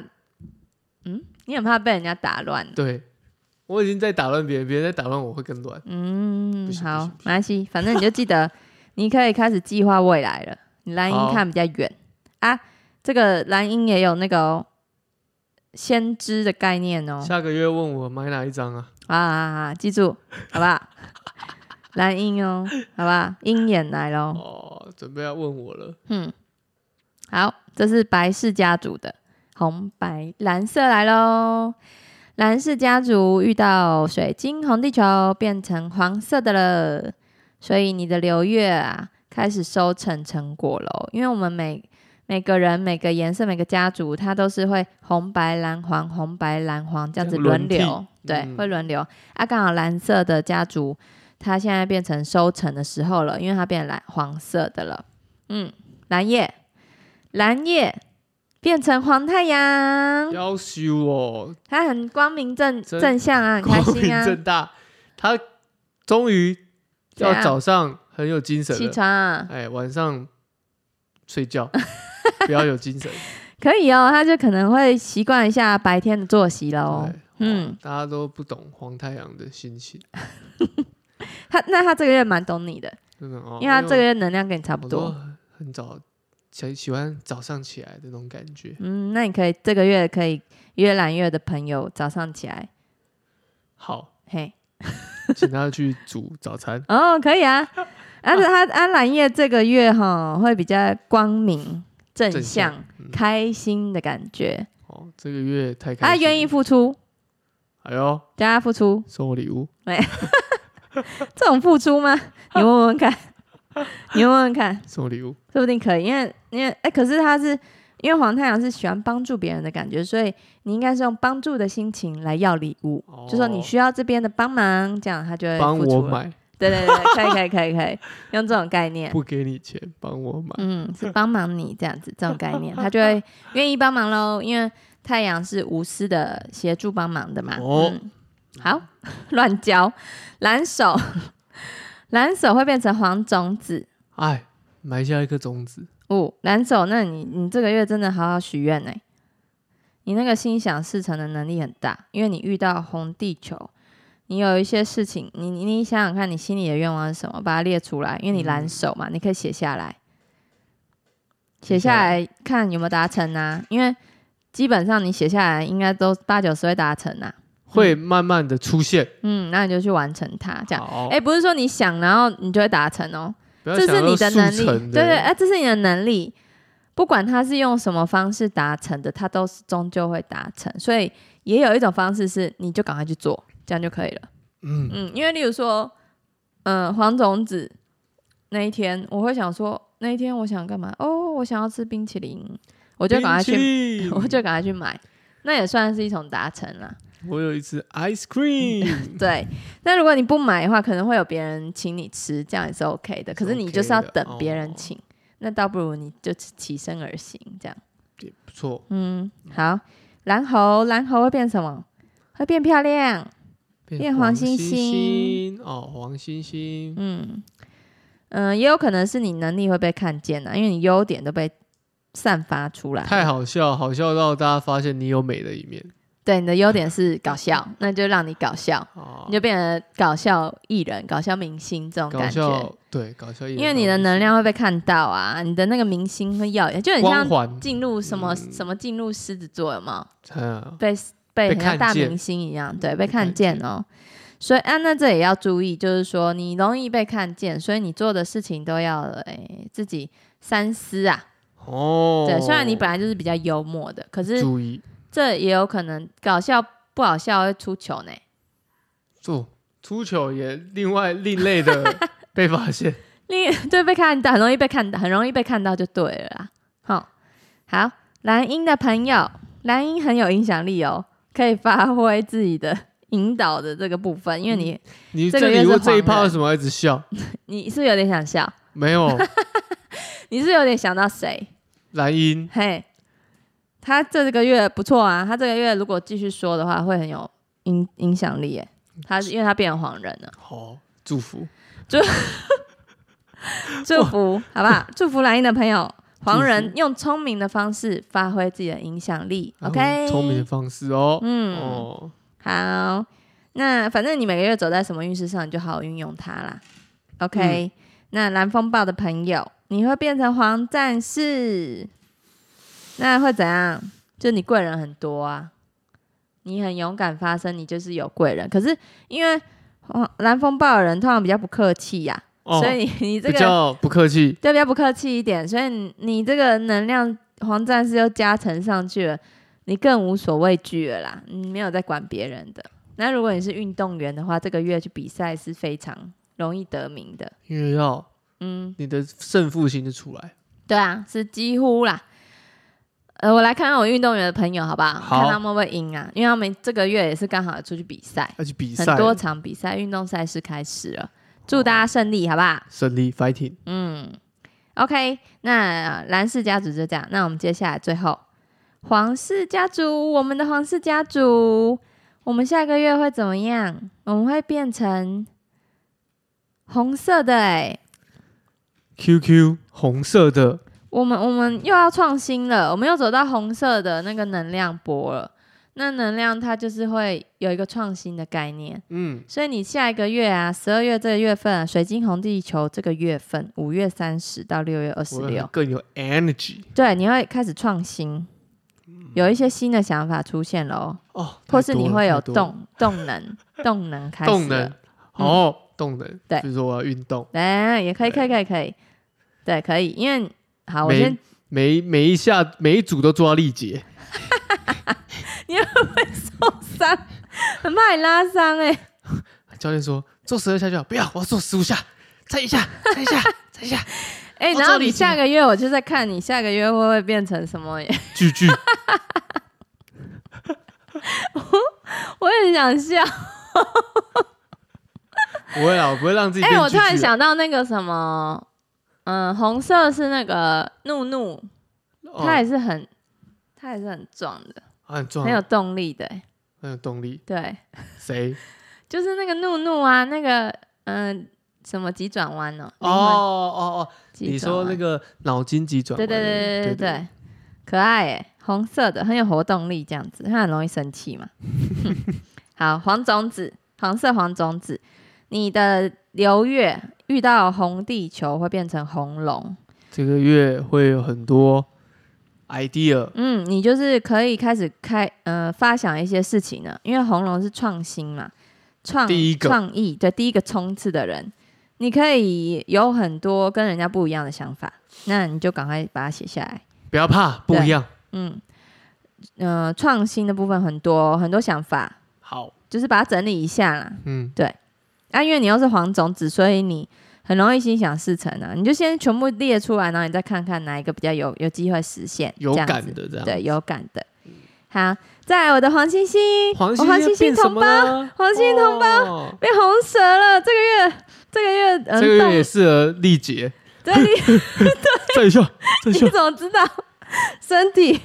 [SPEAKER 2] 嗯，你很怕被人家打乱。
[SPEAKER 1] 对，我已经在打乱别人，别人在打乱我会更乱。
[SPEAKER 2] 嗯
[SPEAKER 1] 不，行不
[SPEAKER 2] 好
[SPEAKER 1] 行不，
[SPEAKER 2] 没关系，反正你就记得，你可以开始计划未来了。你蓝鹰
[SPEAKER 1] 好
[SPEAKER 2] 看比较远啊，这个蓝鹰也有那个哦、先知的概念哦。
[SPEAKER 1] 下个月问我买哪一张啊？
[SPEAKER 2] 啊啊啊！记住，
[SPEAKER 1] (laughs)
[SPEAKER 2] 好吧？蓝鹰哦，好吧？鹰眼来喽。
[SPEAKER 1] 哦，准备要问我了。
[SPEAKER 2] 嗯，好，这是白氏家族的红白蓝色来喽。蓝氏家族遇到水晶红地球，变成黄色的了，所以你的流月啊开始收成成果喽。因为我们每每个人、每个颜色、每个家族，它都是会红白蓝黄、红白蓝黄这样子
[SPEAKER 1] 这样轮
[SPEAKER 2] 轮流，
[SPEAKER 1] 替
[SPEAKER 2] 对，
[SPEAKER 1] 嗯
[SPEAKER 2] 会轮流。啊，刚好蓝色的家族，它现在变成收成的时候了，因为它变蓝黄色的了。嗯，蓝叶，蓝叶变成黄太阳，
[SPEAKER 1] 要修哦，
[SPEAKER 2] 它很光明正
[SPEAKER 1] 真
[SPEAKER 2] 正向啊，很开
[SPEAKER 1] 光明
[SPEAKER 2] 心啊，
[SPEAKER 1] 正大，他终于要
[SPEAKER 2] 怎样
[SPEAKER 1] 早上很有精神
[SPEAKER 2] 起
[SPEAKER 1] 了，
[SPEAKER 2] 床啊，
[SPEAKER 1] 哎，晚上睡
[SPEAKER 2] (laughs)
[SPEAKER 1] 觉比较有精神。
[SPEAKER 2] 可以哦，它就可能会习惯一下白天的作息喽
[SPEAKER 1] 对。，嗯
[SPEAKER 2] 嗯，，
[SPEAKER 1] 大家都不懂黄太阳的心情，
[SPEAKER 2] 它那它这个月蛮懂你的，
[SPEAKER 1] 真的哦，
[SPEAKER 2] 因为它这个月能量跟你差
[SPEAKER 1] 我
[SPEAKER 2] 不
[SPEAKER 1] 都
[SPEAKER 2] 多。
[SPEAKER 1] 很很早，喜喜欢早上起来的那种感觉。
[SPEAKER 2] 嗯，那你可以这个月可以约蓝月的朋友早上起来，
[SPEAKER 1] 好，
[SPEAKER 2] (laughs) 嘿，。
[SPEAKER 1] 请他去煮早餐
[SPEAKER 2] 哦，
[SPEAKER 1] (laughs)
[SPEAKER 2] 可以啊。而且他安蓝叶这个月哈会比较光明、正向、
[SPEAKER 1] 正向嗯
[SPEAKER 2] 开心的感觉，
[SPEAKER 1] 哦，这个月太开
[SPEAKER 2] 他
[SPEAKER 1] 心了，
[SPEAKER 2] 啊愿意付出，
[SPEAKER 1] 哎呦，
[SPEAKER 2] 叫他付出，
[SPEAKER 1] 送我礼物，
[SPEAKER 2] 这种付
[SPEAKER 1] (laughs)
[SPEAKER 2] 出吗？你问问看，你问问看，
[SPEAKER 1] 送我礼物，
[SPEAKER 2] 说不定可以，因为因为哎、可是他是因为黄太阳是喜欢帮助别人的感觉，所以你应该是用帮助的心情来要礼物，
[SPEAKER 1] 哦
[SPEAKER 2] 就说你需要这边的帮忙，这样他就会
[SPEAKER 1] 帮
[SPEAKER 2] 付出
[SPEAKER 1] 我
[SPEAKER 2] 了。
[SPEAKER 1] 买，
[SPEAKER 2] 对对对，可以可以可以可以，用这种概念。
[SPEAKER 1] 不给你钱，帮我买。
[SPEAKER 2] 嗯，是帮忙你这样子这种概念，他就会愿意帮忙喽。因为太阳是无私的协助帮忙的嘛。
[SPEAKER 1] 哦
[SPEAKER 2] 嗯，好， (laughs) 乱教蓝手， (laughs) 蓝手会变成黄种子
[SPEAKER 1] 哎，埋下一颗种子，
[SPEAKER 2] 哦。蓝手，那你你这个月真的好好许愿呢。你那个心想事成的能力很大，因为你遇到红地球，你有一些事情，你你你想想看，你心里的愿望是什么，把它列出来，因为你蓝手嘛，你可以写下来。嗯写下来看有没有达成啊，因为基本上你写下来应该都八九十会达成啊，
[SPEAKER 1] 会慢慢的出现。
[SPEAKER 2] 嗯，那你就去完成它这样。
[SPEAKER 1] 好，
[SPEAKER 2] 哎、不是说你想然后你就会达成哦，
[SPEAKER 1] 不要
[SPEAKER 2] 这是
[SPEAKER 1] 想
[SPEAKER 2] 你
[SPEAKER 1] 要速
[SPEAKER 2] 能力，
[SPEAKER 1] 成
[SPEAKER 2] 对对，哎、这是你的能力，不管它是用什么方式达成的，它都是终究会达成，所以也有一种方式是你就赶快去做，这样就可以了。
[SPEAKER 1] 嗯，
[SPEAKER 2] 嗯，因为例如说，嗯、黄种子那一天，我会想说，那一天我想干嘛？哦，我想要吃冰淇淋，我
[SPEAKER 1] 我
[SPEAKER 2] 就赶快去，
[SPEAKER 1] 去
[SPEAKER 2] 我就赶快去买， (laughs) 那也算是一种达成啦。
[SPEAKER 1] (laughs) 我有一只 ice
[SPEAKER 2] (laughs)
[SPEAKER 1] cream，
[SPEAKER 2] 对，那如果你不买的话，可能会有别人请你吃，这样也是 OK 的。可是你就是要
[SPEAKER 1] OK 的
[SPEAKER 2] 等别人
[SPEAKER 1] 哦
[SPEAKER 2] 请，那倒不如你就起身而行，这样。
[SPEAKER 1] 也不错，
[SPEAKER 2] 嗯，好，蓝猴，蓝猴会变什么？会变漂亮。变黄
[SPEAKER 1] 星
[SPEAKER 2] 星
[SPEAKER 1] 星哦，黄星星，
[SPEAKER 2] 嗯嗯、也有可能是你能力会被看见啊，因为你优点都被散发出来。
[SPEAKER 1] 太好笑，好笑到大家发现你有美的一面
[SPEAKER 2] 对，你的优点是搞笑，那就让你搞笑，
[SPEAKER 1] 啊
[SPEAKER 2] 你，就变成搞笑艺人、搞笑明星这种
[SPEAKER 1] 搞
[SPEAKER 2] 感觉。
[SPEAKER 1] 笑，对，搞笑艺人，
[SPEAKER 2] 因为你的能量会被看到啊，你的那个明星会耀眼，就很
[SPEAKER 1] 光
[SPEAKER 2] 像
[SPEAKER 1] 环，
[SPEAKER 2] 进入什么、
[SPEAKER 1] 嗯
[SPEAKER 2] 什么进入狮子座有没有？
[SPEAKER 1] 嗯，
[SPEAKER 2] 被
[SPEAKER 1] 被
[SPEAKER 2] 被很像
[SPEAKER 1] 看
[SPEAKER 2] 大
[SPEAKER 1] 见
[SPEAKER 2] 明星一样，对，被
[SPEAKER 1] 看
[SPEAKER 2] 看见哦。所以啊，那这也要注意，就是说你容易被看见，所以你做的事情都要诶、自己三思啊。
[SPEAKER 1] 哦，
[SPEAKER 2] 对，虽然你本来就是比较幽默的，可是
[SPEAKER 1] 注意
[SPEAKER 2] 这也有可能搞笑不好笑会出糗呢。
[SPEAKER 1] 做出糗哦也另外另类
[SPEAKER 2] (laughs)
[SPEAKER 1] 的被发现，
[SPEAKER 2] 你对被看到，很容易被看到，很容易被看到就对了啦。好，好，蓝鹰的朋友，蓝鹰很有影响力哦，可以发挥自己的引导的这个部分，因为
[SPEAKER 1] 嗯
[SPEAKER 2] 你、
[SPEAKER 1] 你
[SPEAKER 2] 这
[SPEAKER 1] 这
[SPEAKER 2] 个月
[SPEAKER 1] 礼
[SPEAKER 2] 是
[SPEAKER 1] 物这一
[SPEAKER 2] 黄
[SPEAKER 1] 趴
[SPEAKER 2] 的
[SPEAKER 1] 为什么要一直笑？
[SPEAKER 2] 你是不是有点想笑，
[SPEAKER 1] 没有
[SPEAKER 2] 你是不是有点想到谁？
[SPEAKER 1] 蓝音
[SPEAKER 2] 嘿，他这个月不错啊，他这个月如果继续说的话，会很有影影响力耶。他因为他变成黄人了，
[SPEAKER 1] 好祝福
[SPEAKER 2] 祝福好不好？祝福蓝鹰的朋友，黄
[SPEAKER 1] 祝 (laughs)
[SPEAKER 2] 人用聪明的方式发挥自己的影响力。
[SPEAKER 1] 然后
[SPEAKER 2] OK，
[SPEAKER 1] 聪明的方式哦，
[SPEAKER 2] 嗯，
[SPEAKER 1] 哦，
[SPEAKER 2] 好，那反正你每个月走在什么运势上，你就好好运用它啦。OK，、那蓝风暴的朋友，你会变成黄战士。那会怎样？就你贵人很多啊，你很勇敢发声，你就是有贵人。可是因为哦蓝风暴的人通常比较不客气呀、
[SPEAKER 1] 哦，
[SPEAKER 2] 所以你这
[SPEAKER 1] 比
[SPEAKER 2] 个
[SPEAKER 1] 较不客气，
[SPEAKER 2] 对比较不客气一点，所以你你这个能量黄战士又加成上去了，你更无所畏惧了啦，你没有在管别人的。那如果你是运动员的话，这个月去比赛是非常容易得名的。
[SPEAKER 1] 因为要
[SPEAKER 2] 嗯，
[SPEAKER 1] 你的胜负心就出来。
[SPEAKER 2] 对啊，是几乎啦。呃，我来看看我运动员的朋友好不好？
[SPEAKER 1] 好
[SPEAKER 2] 看他们会不会赢啊？因为他们这个月也是刚好出去比赛，
[SPEAKER 1] 要去比
[SPEAKER 2] 很
[SPEAKER 1] 赛，
[SPEAKER 2] 多场比赛，运动赛事开始了，祝大家胜利，好不好？
[SPEAKER 1] 胜利 fighting。
[SPEAKER 2] 嗯，OK，那蓝氏家族就这样。那我们接下来最后皇室家族，我们的皇室家族，我们下个月会怎么样？我们会变成红色的哎、
[SPEAKER 1] QQ 红色的，
[SPEAKER 2] 我们我们又要创新了，我们又走到红色的那个能量波了。那能量它就是会有一个创新的概念，
[SPEAKER 1] 嗯，
[SPEAKER 2] 所以你下一个月啊，十二月这个月份、啊，水晶红地球这个月份，五月三十到六月二
[SPEAKER 1] 嗯
[SPEAKER 2] 十
[SPEAKER 1] 我
[SPEAKER 2] 六
[SPEAKER 1] 会，更有 energy
[SPEAKER 2] 对，你会开始创新，有一些新的想法出现了哦，
[SPEAKER 1] 哦，
[SPEAKER 2] 或
[SPEAKER 1] 太
[SPEAKER 2] 是
[SPEAKER 1] 多
[SPEAKER 2] 你
[SPEAKER 1] 了
[SPEAKER 2] 会有，
[SPEAKER 1] 太
[SPEAKER 2] 动
[SPEAKER 1] (laughs)
[SPEAKER 2] 动能，动能开始
[SPEAKER 1] 多了动能
[SPEAKER 2] 了，嗯
[SPEAKER 1] 哦，动能，
[SPEAKER 2] 对
[SPEAKER 1] 比如说我要运动，
[SPEAKER 2] 哎，也可以，可以，可以，可以，对，可以，因为好，我
[SPEAKER 1] 没
[SPEAKER 2] 先
[SPEAKER 1] 每一每一下每一组都做到力竭，
[SPEAKER 2] 受伤， (laughs) 很怕你拉伤
[SPEAKER 1] 哦
[SPEAKER 2] 哎、
[SPEAKER 1] 教练说做十二下就好，不要，我要做十五下，再一下，再一下，再一下， (laughs)
[SPEAKER 2] 哎、
[SPEAKER 1] 哦
[SPEAKER 2] 然
[SPEAKER 1] 这
[SPEAKER 2] 后
[SPEAKER 1] 里
[SPEAKER 2] 你
[SPEAKER 1] 是
[SPEAKER 2] 下个月我就在看你下个月会不会变成什么耶？ (laughs)
[SPEAKER 1] 句句，
[SPEAKER 2] 我很想笑。
[SPEAKER 1] 不会啦，我不会让自己
[SPEAKER 2] 哎、
[SPEAKER 1] 变
[SPEAKER 2] 我
[SPEAKER 1] 句
[SPEAKER 2] 突然
[SPEAKER 1] 句
[SPEAKER 2] 想到那个什么，嗯，红色是那个怒怒，
[SPEAKER 1] 啊，
[SPEAKER 2] 他
[SPEAKER 1] 哦
[SPEAKER 2] 也是很，他也是很壮的，
[SPEAKER 1] 很壮，
[SPEAKER 2] 很有动力的、哎
[SPEAKER 1] 很有动力，
[SPEAKER 2] 对，
[SPEAKER 1] 谁？
[SPEAKER 2] 就是那个怒怒啊，那个嗯、什么急转弯哦，
[SPEAKER 1] 哦哦哦，
[SPEAKER 2] 灵魂
[SPEAKER 1] 你
[SPEAKER 2] 急转
[SPEAKER 1] 说
[SPEAKER 2] 弯
[SPEAKER 1] 那个脑筋急转
[SPEAKER 2] 对
[SPEAKER 1] 弯，
[SPEAKER 2] 对对对对对，可爱哎，红色的很有活动力，这样子，它很容易生气嘛。 (laughs) 好，黄种子，黄色黄种子，你的流月遇到红地球会变成红龙，
[SPEAKER 1] 这个月会有很多 idea，
[SPEAKER 2] 嗯，你就是可以开始开呃发想一些事情了，因为红龙是创新嘛，创
[SPEAKER 1] 第一个
[SPEAKER 2] 创意，对，第一个冲刺的人，你可以有很多跟人家不一样的想法，那你就赶快把它写下来。
[SPEAKER 1] 不要怕，不一样。
[SPEAKER 2] 嗯，呃，创新的部分很多很多想法，
[SPEAKER 1] 好，
[SPEAKER 2] 就是把它整理一下啦。
[SPEAKER 1] 嗯，
[SPEAKER 2] 啊，因为你又是黄种子，所以你很容易心想事成啊。你就先全部列出来，然后你再看看哪一个比较有有机会实现，
[SPEAKER 1] 有
[SPEAKER 2] 这样
[SPEAKER 1] 感
[SPEAKER 2] 子
[SPEAKER 1] 的这样。
[SPEAKER 2] 对，有感的。好，再来我的黄星星，
[SPEAKER 1] 黄星
[SPEAKER 2] 哦我黄星
[SPEAKER 1] 星
[SPEAKER 2] 星
[SPEAKER 1] 变什
[SPEAKER 2] 同
[SPEAKER 1] 么
[SPEAKER 2] 胞
[SPEAKER 1] 呢？哦
[SPEAKER 2] 黄星同胞
[SPEAKER 1] 胞，
[SPEAKER 2] 变红蛇了。这个月，这个月，嗯，
[SPEAKER 1] 这个月也
[SPEAKER 2] 动，
[SPEAKER 1] 适合力竭。
[SPEAKER 2] 这
[SPEAKER 1] (laughs)
[SPEAKER 2] 里
[SPEAKER 1] 再一下，再一下
[SPEAKER 2] 你，怎么知道？身体，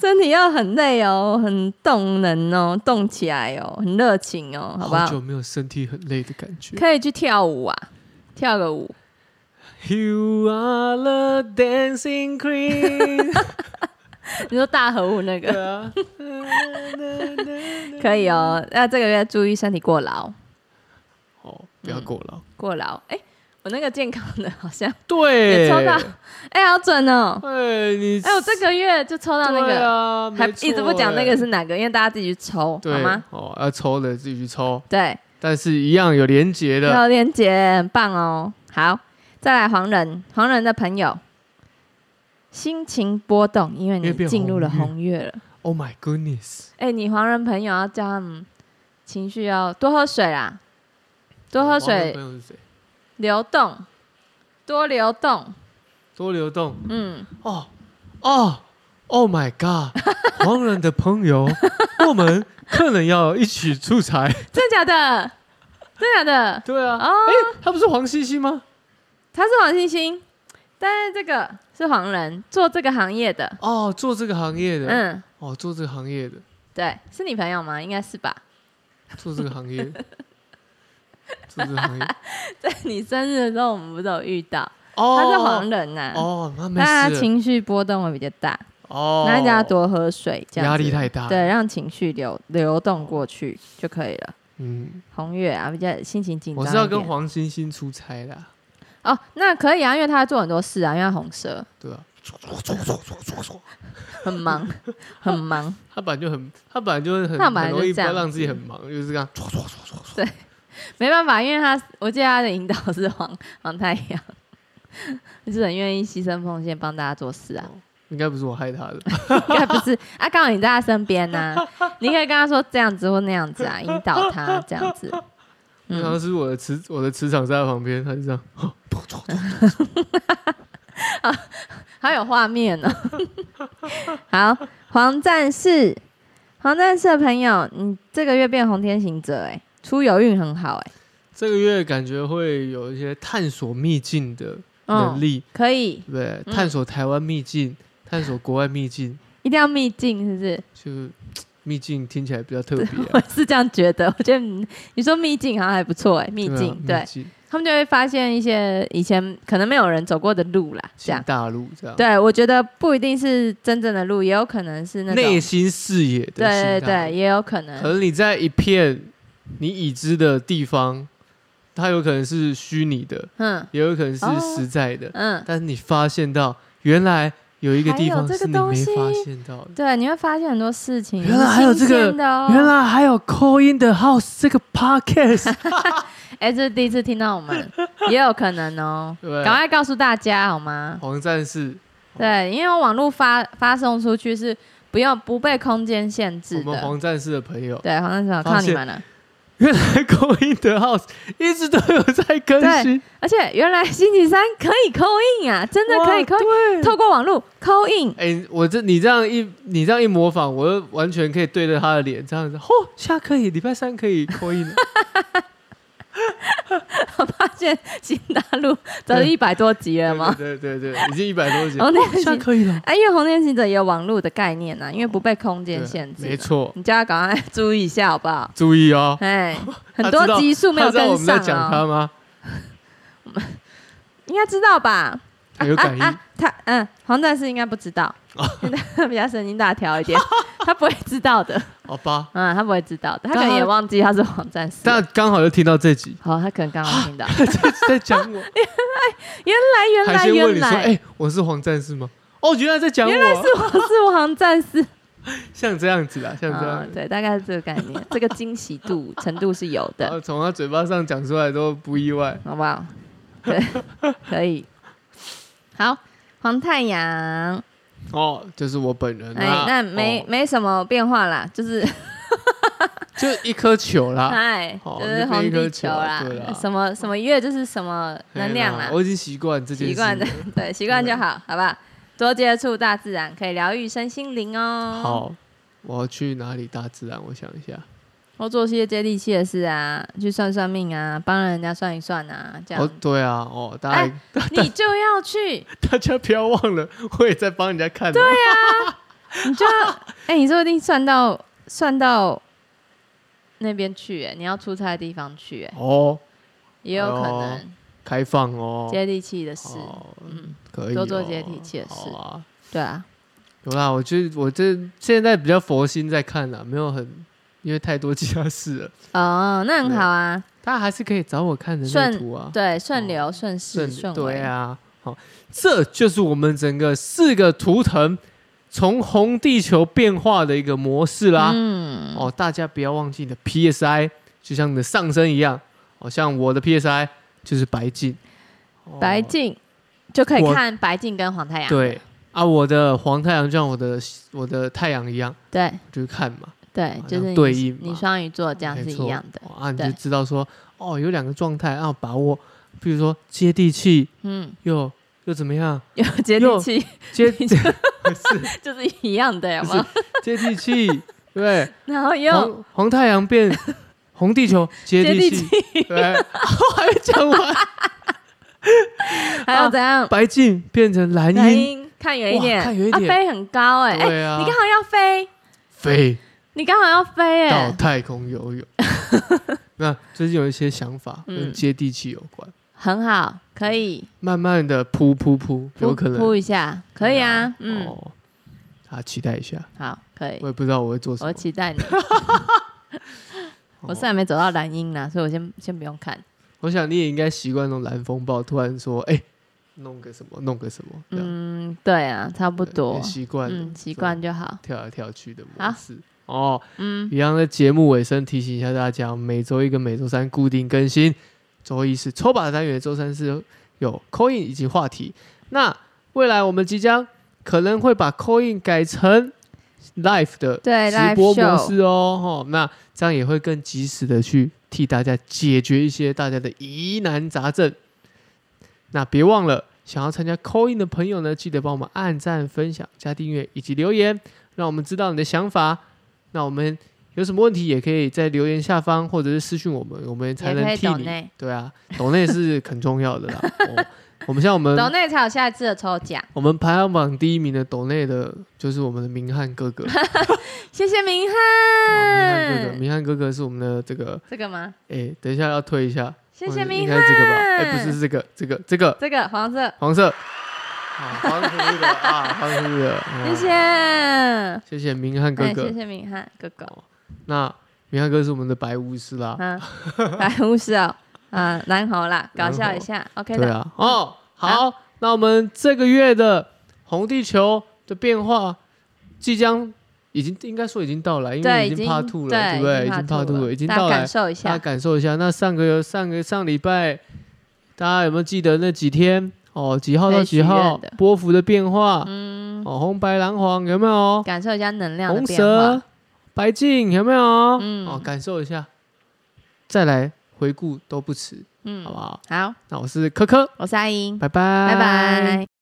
[SPEAKER 2] 身体要很累哦，很动能哦，动起来哦，很热情哦， (laughs) 好不好？
[SPEAKER 1] 久没有身体很累的感觉。
[SPEAKER 2] (laughs) 可以去跳舞啊，跳个舞。
[SPEAKER 1] You are the dancing
[SPEAKER 2] (laughs)
[SPEAKER 1] queen 。
[SPEAKER 2] 你说大合舞那
[SPEAKER 1] 对
[SPEAKER 2] 个
[SPEAKER 1] 啊，
[SPEAKER 2] 可以哦。那这个月注意身体过劳，
[SPEAKER 1] 哦，不要过劳。
[SPEAKER 2] 过劳。哎，我那个健康的好像
[SPEAKER 1] 对，
[SPEAKER 2] 也抽到哎、好准哦。
[SPEAKER 1] 哎，你
[SPEAKER 2] 哎、我这个月就抽到那
[SPEAKER 1] 对
[SPEAKER 2] 个，
[SPEAKER 1] 啊，
[SPEAKER 2] 还
[SPEAKER 1] 没错
[SPEAKER 2] 一直不讲那个
[SPEAKER 1] 哎
[SPEAKER 2] 是哪个，因为大家自己去抽，好
[SPEAKER 1] 对
[SPEAKER 2] 吗？
[SPEAKER 1] 哦，要抽的自己去抽，
[SPEAKER 2] 对，
[SPEAKER 1] 但是一样有连结的。
[SPEAKER 2] 有连结，很棒哦。好，再来黄人，黄人的朋友，心情波动，因为
[SPEAKER 1] 因为
[SPEAKER 2] 你
[SPEAKER 1] 变
[SPEAKER 2] 进入了
[SPEAKER 1] 红月
[SPEAKER 2] 红月了。
[SPEAKER 1] Oh my goodness！
[SPEAKER 2] 哎、你黄人朋友要叫他们情绪要多喝水啦，多喝
[SPEAKER 1] 我忘了
[SPEAKER 2] 水
[SPEAKER 1] 哦朋，友是谁？
[SPEAKER 2] 流动，多流动。
[SPEAKER 1] 多流动。
[SPEAKER 2] 嗯，
[SPEAKER 1] 哦哦，Oh my
[SPEAKER 2] (laughs)
[SPEAKER 1] god！黄人的朋友，我们可能要一起出差。
[SPEAKER 2] 真假的？真假的？
[SPEAKER 1] 对啊，哎、
[SPEAKER 2] 哦
[SPEAKER 1] 他不是黄西西吗？
[SPEAKER 2] 他是黄星星，但是这个是黄人，做这个行业的。
[SPEAKER 1] 哦，做这个行业的，
[SPEAKER 2] 嗯，
[SPEAKER 1] 哦，做这个行业的，
[SPEAKER 2] 对，是你朋友吗？应该是吧。
[SPEAKER 1] 做这个行业的，做这个行业。
[SPEAKER 2] (laughs) 在你生日的时候，我们不是有遇到？
[SPEAKER 1] 哦，
[SPEAKER 2] 他是黄人呐、
[SPEAKER 1] 哦，那没
[SPEAKER 2] 啊那他
[SPEAKER 1] 事了。
[SPEAKER 2] 情绪波动会比较大，
[SPEAKER 1] 哦，
[SPEAKER 2] 那大家多喝水，这样
[SPEAKER 1] 压
[SPEAKER 2] 子
[SPEAKER 1] 力太大。
[SPEAKER 2] 对，，让情绪流流动过去就可以了。
[SPEAKER 1] 嗯，
[SPEAKER 2] 红月啊，比较心情紧张
[SPEAKER 1] 我
[SPEAKER 2] 一点。
[SPEAKER 1] 是要跟黄星星出差的啊、
[SPEAKER 2] 哦，那可以啊，因为他做很多事啊，因为他红蛇，
[SPEAKER 1] 对啊，(laughs)
[SPEAKER 2] 很忙，很忙。
[SPEAKER 1] 他本来就很，他本来就会很
[SPEAKER 2] 他本来
[SPEAKER 1] 很
[SPEAKER 2] 就
[SPEAKER 1] 容易
[SPEAKER 2] 这
[SPEAKER 1] 不要
[SPEAKER 2] 样
[SPEAKER 1] 让自己
[SPEAKER 2] 子
[SPEAKER 1] 很忙，就是这样。
[SPEAKER 2] 没办法，因为他我记得他的引导是黄黄太阳， (laughs) 就是很愿意牺牲奉献帮大家做事啊，
[SPEAKER 1] 应该不是我害他
[SPEAKER 2] (laughs)
[SPEAKER 1] 的，
[SPEAKER 2] 应该不是啊，刚好你在他身边呐、你可以跟他说这样子或那样子啊，引导他这样子。
[SPEAKER 1] 然后
[SPEAKER 2] 嗯，
[SPEAKER 1] 是我的磁我的磁场在他旁边，他就这样。
[SPEAKER 2] (laughs) 好有画面呢、好，黄战士，黄战士的朋友，你这个月变红天行者哎、出游运很好哎、
[SPEAKER 1] 这个月感觉会有一些探索秘境的能
[SPEAKER 2] 嗯，
[SPEAKER 1] 力，
[SPEAKER 2] 可以，
[SPEAKER 1] 对不对？
[SPEAKER 2] 嗯
[SPEAKER 1] 探索台湾秘境，探索国外秘境，
[SPEAKER 2] 一定要秘境是
[SPEAKER 1] (laughs)
[SPEAKER 2] 不是？
[SPEAKER 1] 就是秘境听起来比较特别啊、
[SPEAKER 2] (laughs) 我是这样觉得，我觉得你你说秘境好像还不错哎、秘
[SPEAKER 1] 对啊
[SPEAKER 2] 境对
[SPEAKER 1] 秘境，
[SPEAKER 2] 他们就会发现一些以前可能没有人走过的路啦，这
[SPEAKER 1] 新
[SPEAKER 2] 样。
[SPEAKER 1] 大陆这样，
[SPEAKER 2] 对，我觉得不一定是真正的路，也有可能是那种
[SPEAKER 1] 内心视野的
[SPEAKER 2] 对对
[SPEAKER 1] 新大
[SPEAKER 2] 对，
[SPEAKER 1] 陆
[SPEAKER 2] 也有可
[SPEAKER 1] 可
[SPEAKER 2] 能。
[SPEAKER 1] 能你在一片你已知的地方，它有可能是虚拟的，
[SPEAKER 2] 嗯
[SPEAKER 1] 也有可能
[SPEAKER 2] 哦
[SPEAKER 1] 是实在的，
[SPEAKER 2] 嗯，
[SPEAKER 1] 但是你发现到原来有一个地
[SPEAKER 2] 还有
[SPEAKER 1] 方
[SPEAKER 2] 这个
[SPEAKER 1] 是你没发
[SPEAKER 2] 东西
[SPEAKER 1] 现到的。
[SPEAKER 2] 对，你会发现很多事情
[SPEAKER 1] 原来还有这个
[SPEAKER 2] 是新鲜的哦。
[SPEAKER 1] 原来还有 Call in the House 这个
[SPEAKER 2] (laughs)
[SPEAKER 1] podcast，
[SPEAKER 2] 哎，这是第一次听到我们，也有可能哦。
[SPEAKER 1] 对不对
[SPEAKER 2] 赶快告诉大家好吗？
[SPEAKER 1] 黄战士，
[SPEAKER 2] 对，因为网络发发送出去是不用不被空间限
[SPEAKER 1] 我
[SPEAKER 2] 制
[SPEAKER 1] 们
[SPEAKER 2] 的。
[SPEAKER 1] 黄战士的朋友，
[SPEAKER 2] 对，黄正好
[SPEAKER 1] 发
[SPEAKER 2] 靠你
[SPEAKER 1] 现
[SPEAKER 2] 们了。
[SPEAKER 1] 原来 Call in the House 一直都有在更新，
[SPEAKER 2] 而且原来星期三可以扣印啊，真的
[SPEAKER 1] 哇
[SPEAKER 2] 可以扣印，透过网络扣印。 (laughs)
[SPEAKER 1] 哎、我这你这样一你这样一模仿，我又完全可以对着他的脸这样子，嚯、下可以，礼拜三可以 Call
[SPEAKER 2] (laughs)
[SPEAKER 1] in，
[SPEAKER 2] 我发现新大陆早就
[SPEAKER 1] 对
[SPEAKER 2] 一百多集了啊吗？
[SPEAKER 1] 对对对对，已经一百多集，
[SPEAKER 2] 哦那个
[SPEAKER 1] 哦下可以了，
[SPEAKER 2] 哎，因为红天行者也有网络的概念呐、啊，因为不被空间限制。
[SPEAKER 1] 没，错，
[SPEAKER 2] 你叫他赶快注意一下好不好？
[SPEAKER 1] 注意哦，
[SPEAKER 2] 哎，
[SPEAKER 1] (laughs)
[SPEAKER 2] 很
[SPEAKER 1] 他
[SPEAKER 2] 多
[SPEAKER 1] 知道
[SPEAKER 2] 集数没有
[SPEAKER 1] 他知道
[SPEAKER 2] 跟
[SPEAKER 1] 我们在
[SPEAKER 2] 上
[SPEAKER 1] 讲
[SPEAKER 2] 哦，
[SPEAKER 1] 他吗？
[SPEAKER 2] 应该知道吧？啊
[SPEAKER 1] 很有感应，
[SPEAKER 2] (laughs) 他嗯，黄战士应该不
[SPEAKER 1] (laughs)
[SPEAKER 2] 知道，他比较神经大条一点，他不会知道的。 (laughs)
[SPEAKER 1] 好吧，
[SPEAKER 2] 嗯，他不会知道的，他可能也忘记他是黄战士。
[SPEAKER 1] 但刚好就听到这集
[SPEAKER 2] 好，他可能刚
[SPEAKER 1] (laughs)
[SPEAKER 2] 刚听到。
[SPEAKER 1] 在在讲
[SPEAKER 2] (laughs)
[SPEAKER 1] 我。
[SPEAKER 2] 原来，
[SPEAKER 1] 还先
[SPEAKER 2] 原来，
[SPEAKER 1] 问你
[SPEAKER 2] 原
[SPEAKER 1] 说：“
[SPEAKER 2] 来
[SPEAKER 1] 哎、，我是黄战士吗？”哦，原来在讲我，
[SPEAKER 2] 原来是我是我航
[SPEAKER 1] (laughs)
[SPEAKER 2] 战士，
[SPEAKER 1] 像这样子啦，像这样
[SPEAKER 2] 啊，
[SPEAKER 1] 子。
[SPEAKER 2] 对，大概是这个概念，这个惊喜度程度是有
[SPEAKER 1] (laughs) 然后
[SPEAKER 2] 的，
[SPEAKER 1] 从他嘴巴上讲出来都不意外。
[SPEAKER 2] 好不好？对，可以。好，黄太阳，
[SPEAKER 1] 哦，就是我本人
[SPEAKER 2] 哎
[SPEAKER 1] 啦。，
[SPEAKER 2] 那没、
[SPEAKER 1] 哦
[SPEAKER 2] 没什么变化啦，就是
[SPEAKER 1] 就一颗球啦。
[SPEAKER 2] (laughs) 哎，
[SPEAKER 1] 好
[SPEAKER 2] 就是红
[SPEAKER 1] 哦就变一
[SPEAKER 2] 地
[SPEAKER 1] 颗球
[SPEAKER 2] 球
[SPEAKER 1] 啊
[SPEAKER 2] 啦哎
[SPEAKER 1] 对啦，
[SPEAKER 2] 什么什么月就是什么能量
[SPEAKER 1] 哎
[SPEAKER 2] 啦
[SPEAKER 1] 呀，我已经习惯这件事。
[SPEAKER 2] 习惯的，对，习惯就
[SPEAKER 1] 嗯
[SPEAKER 2] 好，好不好？多接触大自然，可以疗愈身心灵哦。，
[SPEAKER 1] 好，我要去哪里大自然？我想一下，
[SPEAKER 2] 多做些接地气的事啊，去算算命啊，帮人家算一算啊，这样。
[SPEAKER 1] 哦，对啊，哦，大家、
[SPEAKER 2] 哎 (laughs) 你就要去，
[SPEAKER 1] 大家不要忘了，我也在帮人家看、对啊，
[SPEAKER 2] 你就要，
[SPEAKER 1] (laughs)
[SPEAKER 2] 哎、你说不定算到算到那边去、哎，你要出差的地方去、哎，
[SPEAKER 1] 哦，
[SPEAKER 2] 也有可
[SPEAKER 1] 哦
[SPEAKER 2] 能
[SPEAKER 1] 开放哦，
[SPEAKER 2] 接地气的事，
[SPEAKER 1] 哦，
[SPEAKER 2] 嗯，
[SPEAKER 1] 可以、哦、
[SPEAKER 2] 多做接地气的事
[SPEAKER 1] 好啊。
[SPEAKER 2] 对啊，
[SPEAKER 1] 有啦，我觉得我这现在比较佛心在看啦，没有很因为太多其他事了，
[SPEAKER 2] 哦，那很好啊，
[SPEAKER 1] 大家还是可以找我看的那
[SPEAKER 2] 顺
[SPEAKER 1] 图啊，
[SPEAKER 2] 对，顺流顺势顺尾，
[SPEAKER 1] 对啊，好，这就是我们整个四个图腾从红地球变化的一个模式啦。
[SPEAKER 2] 嗯，
[SPEAKER 1] 哦，大家不要忘记你的 PSI，就像你的上升一样，哦，像我的 PSI 就是白净，哦
[SPEAKER 2] 白净就可以
[SPEAKER 1] 我
[SPEAKER 2] 看白净跟黄太阳，
[SPEAKER 1] 对啊，我的黄太阳就像我的我的太阳一样，
[SPEAKER 2] 对
[SPEAKER 1] 就是看嘛。
[SPEAKER 2] 对，就是你
[SPEAKER 1] 对应嘛
[SPEAKER 2] 你双鱼座这样
[SPEAKER 1] 没
[SPEAKER 2] 是一
[SPEAKER 1] 错
[SPEAKER 2] 样的，
[SPEAKER 1] 哦啊，你就
[SPEAKER 2] 对
[SPEAKER 1] 知道说哦，有两个状态啊，把握，比如说接地气
[SPEAKER 2] 嗯，
[SPEAKER 1] 又又怎么样，
[SPEAKER 2] 有接地
[SPEAKER 1] 又
[SPEAKER 2] 气 (laughs)
[SPEAKER 1] 接
[SPEAKER 2] 你
[SPEAKER 1] (laughs) 不是
[SPEAKER 2] 就是一样的，有
[SPEAKER 1] 不
[SPEAKER 2] 吗
[SPEAKER 1] 是？接地气，对不对，
[SPEAKER 2] 然后又
[SPEAKER 1] 黄黄太阳
[SPEAKER 2] (laughs)
[SPEAKER 1] 变红地球，接
[SPEAKER 2] 接
[SPEAKER 1] 地
[SPEAKER 2] 地
[SPEAKER 1] 气，对不对，我还没讲完，
[SPEAKER 2] (laughs) 还有怎样？
[SPEAKER 1] 白净变成蓝
[SPEAKER 2] 蓝
[SPEAKER 1] 鹰，
[SPEAKER 2] 鹰看远一
[SPEAKER 1] 啊哇
[SPEAKER 2] 点，
[SPEAKER 1] 看远一点
[SPEAKER 2] 啊、飞很高哎、哎、
[SPEAKER 1] 对啊
[SPEAKER 2] 你，刚好要飞，
[SPEAKER 1] 飞
[SPEAKER 2] 你刚好要飞哎、
[SPEAKER 1] 到太空游
[SPEAKER 2] (laughs)
[SPEAKER 1] 泳。那最近有一些想法跟
[SPEAKER 2] 嗯
[SPEAKER 1] 接地气有关，
[SPEAKER 2] 很好，可以
[SPEAKER 1] 慢慢的扑扑扑，有
[SPEAKER 2] 扑
[SPEAKER 1] 可能
[SPEAKER 2] 扑一下，可以啊，嗯，
[SPEAKER 1] 哦，啊，期待一下。
[SPEAKER 2] 好，可以
[SPEAKER 1] 我，也不知道我会做什么
[SPEAKER 2] 我。期待你。
[SPEAKER 1] 哦
[SPEAKER 2] 我虽然没走到蓝鹰啦，所以我先先不用看。
[SPEAKER 1] 我想你也应该习惯那种蓝风暴，突然说：“哎、弄个什么，弄个什么，这样
[SPEAKER 2] 嗯，对啊，差不
[SPEAKER 1] 对
[SPEAKER 2] 多
[SPEAKER 1] 也，习惯了，
[SPEAKER 2] 嗯，习惯就好。
[SPEAKER 1] 跳来跳去的模
[SPEAKER 2] 好
[SPEAKER 1] 式。哦，
[SPEAKER 2] 嗯，
[SPEAKER 1] 一样在节目尾声提醒一下大家，每周一跟每周三固定更新，周一是抽把单元，周三是有 coin 以及话题。那未来我们即将可能会把 coin 改成 live 的
[SPEAKER 2] 对
[SPEAKER 1] 直播
[SPEAKER 2] ，live
[SPEAKER 1] 模
[SPEAKER 2] show，
[SPEAKER 1] 式哦，吼，那这样也会更及时的去替大家解决一些大家的疑难杂症。那别忘了，想要参加 call in 的朋友呢，记得帮我们按赞、分享、加订阅以及留言，让我们知道你的想法。那我们有什么问题也可以在留言下方或者是私讯我们，我们才
[SPEAKER 2] 也可
[SPEAKER 1] 能
[SPEAKER 2] 以
[SPEAKER 1] 替
[SPEAKER 2] 抖
[SPEAKER 1] 你。
[SPEAKER 2] 内，
[SPEAKER 1] 对啊，懂内是很重要
[SPEAKER 2] (laughs)
[SPEAKER 1] 的啦。哦、我们像我们
[SPEAKER 2] 抖内才有下一次的抽奖。
[SPEAKER 1] 我们排行榜第一名的抖内的，就是我们的明翰哥哥。
[SPEAKER 2] 谢谢明
[SPEAKER 1] 哦明翰哥哥，
[SPEAKER 2] 翰，
[SPEAKER 1] 明翰哥哥是我们的这个，
[SPEAKER 2] 这个吗？
[SPEAKER 1] 哎、等一下要推一下，
[SPEAKER 2] 谢谢
[SPEAKER 1] 哦应
[SPEAKER 2] 明
[SPEAKER 1] 该
[SPEAKER 2] 翰，
[SPEAKER 1] 是这个吧？哎、不是是这个，这个，这个
[SPEAKER 2] 这个黄色，
[SPEAKER 1] 黄色，啊， (laughs) 黄色的啊，黄色的， (laughs) 啊
[SPEAKER 2] 谢谢，哎，
[SPEAKER 1] 谢谢明翰哥哥。
[SPEAKER 2] 谢谢明翰哥哥，
[SPEAKER 1] 那明翰哥是我们的白巫师啦，
[SPEAKER 2] 嗯，白胡士哦，啊，蓝猴啦，搞
[SPEAKER 1] 蓝猴
[SPEAKER 2] 笑一下，OK
[SPEAKER 1] 对
[SPEAKER 2] 的，
[SPEAKER 1] 啊，哦，好，那我们这个月的红地球的变化即将。已经应该说已经到来，因为
[SPEAKER 2] 对，
[SPEAKER 1] 啊已经怕吐了，
[SPEAKER 2] 对
[SPEAKER 1] 对不对？已经怕
[SPEAKER 2] 怕
[SPEAKER 1] 吐了，已经
[SPEAKER 2] 大家
[SPEAKER 1] 到来
[SPEAKER 2] 感，受一
[SPEAKER 1] 大家
[SPEAKER 2] 下，
[SPEAKER 1] 感受一下。那上个上个上礼拜，大家有没有记得那几天？哦，几号到
[SPEAKER 2] 可以许
[SPEAKER 1] 几号
[SPEAKER 2] 愿的？嗯
[SPEAKER 1] 波幅的变化，哦，红白蓝黄有没有？
[SPEAKER 2] 感受一下能量的
[SPEAKER 1] 红
[SPEAKER 2] 变化
[SPEAKER 1] 蛇，、白净有没有？
[SPEAKER 2] 嗯
[SPEAKER 1] 哦，感受一下，再来回顾都不迟，好
[SPEAKER 2] 嗯
[SPEAKER 1] 不，好？
[SPEAKER 2] 好，
[SPEAKER 1] 那我是科科，
[SPEAKER 2] 我是阿英，
[SPEAKER 1] 拜拜，
[SPEAKER 2] 拜拜。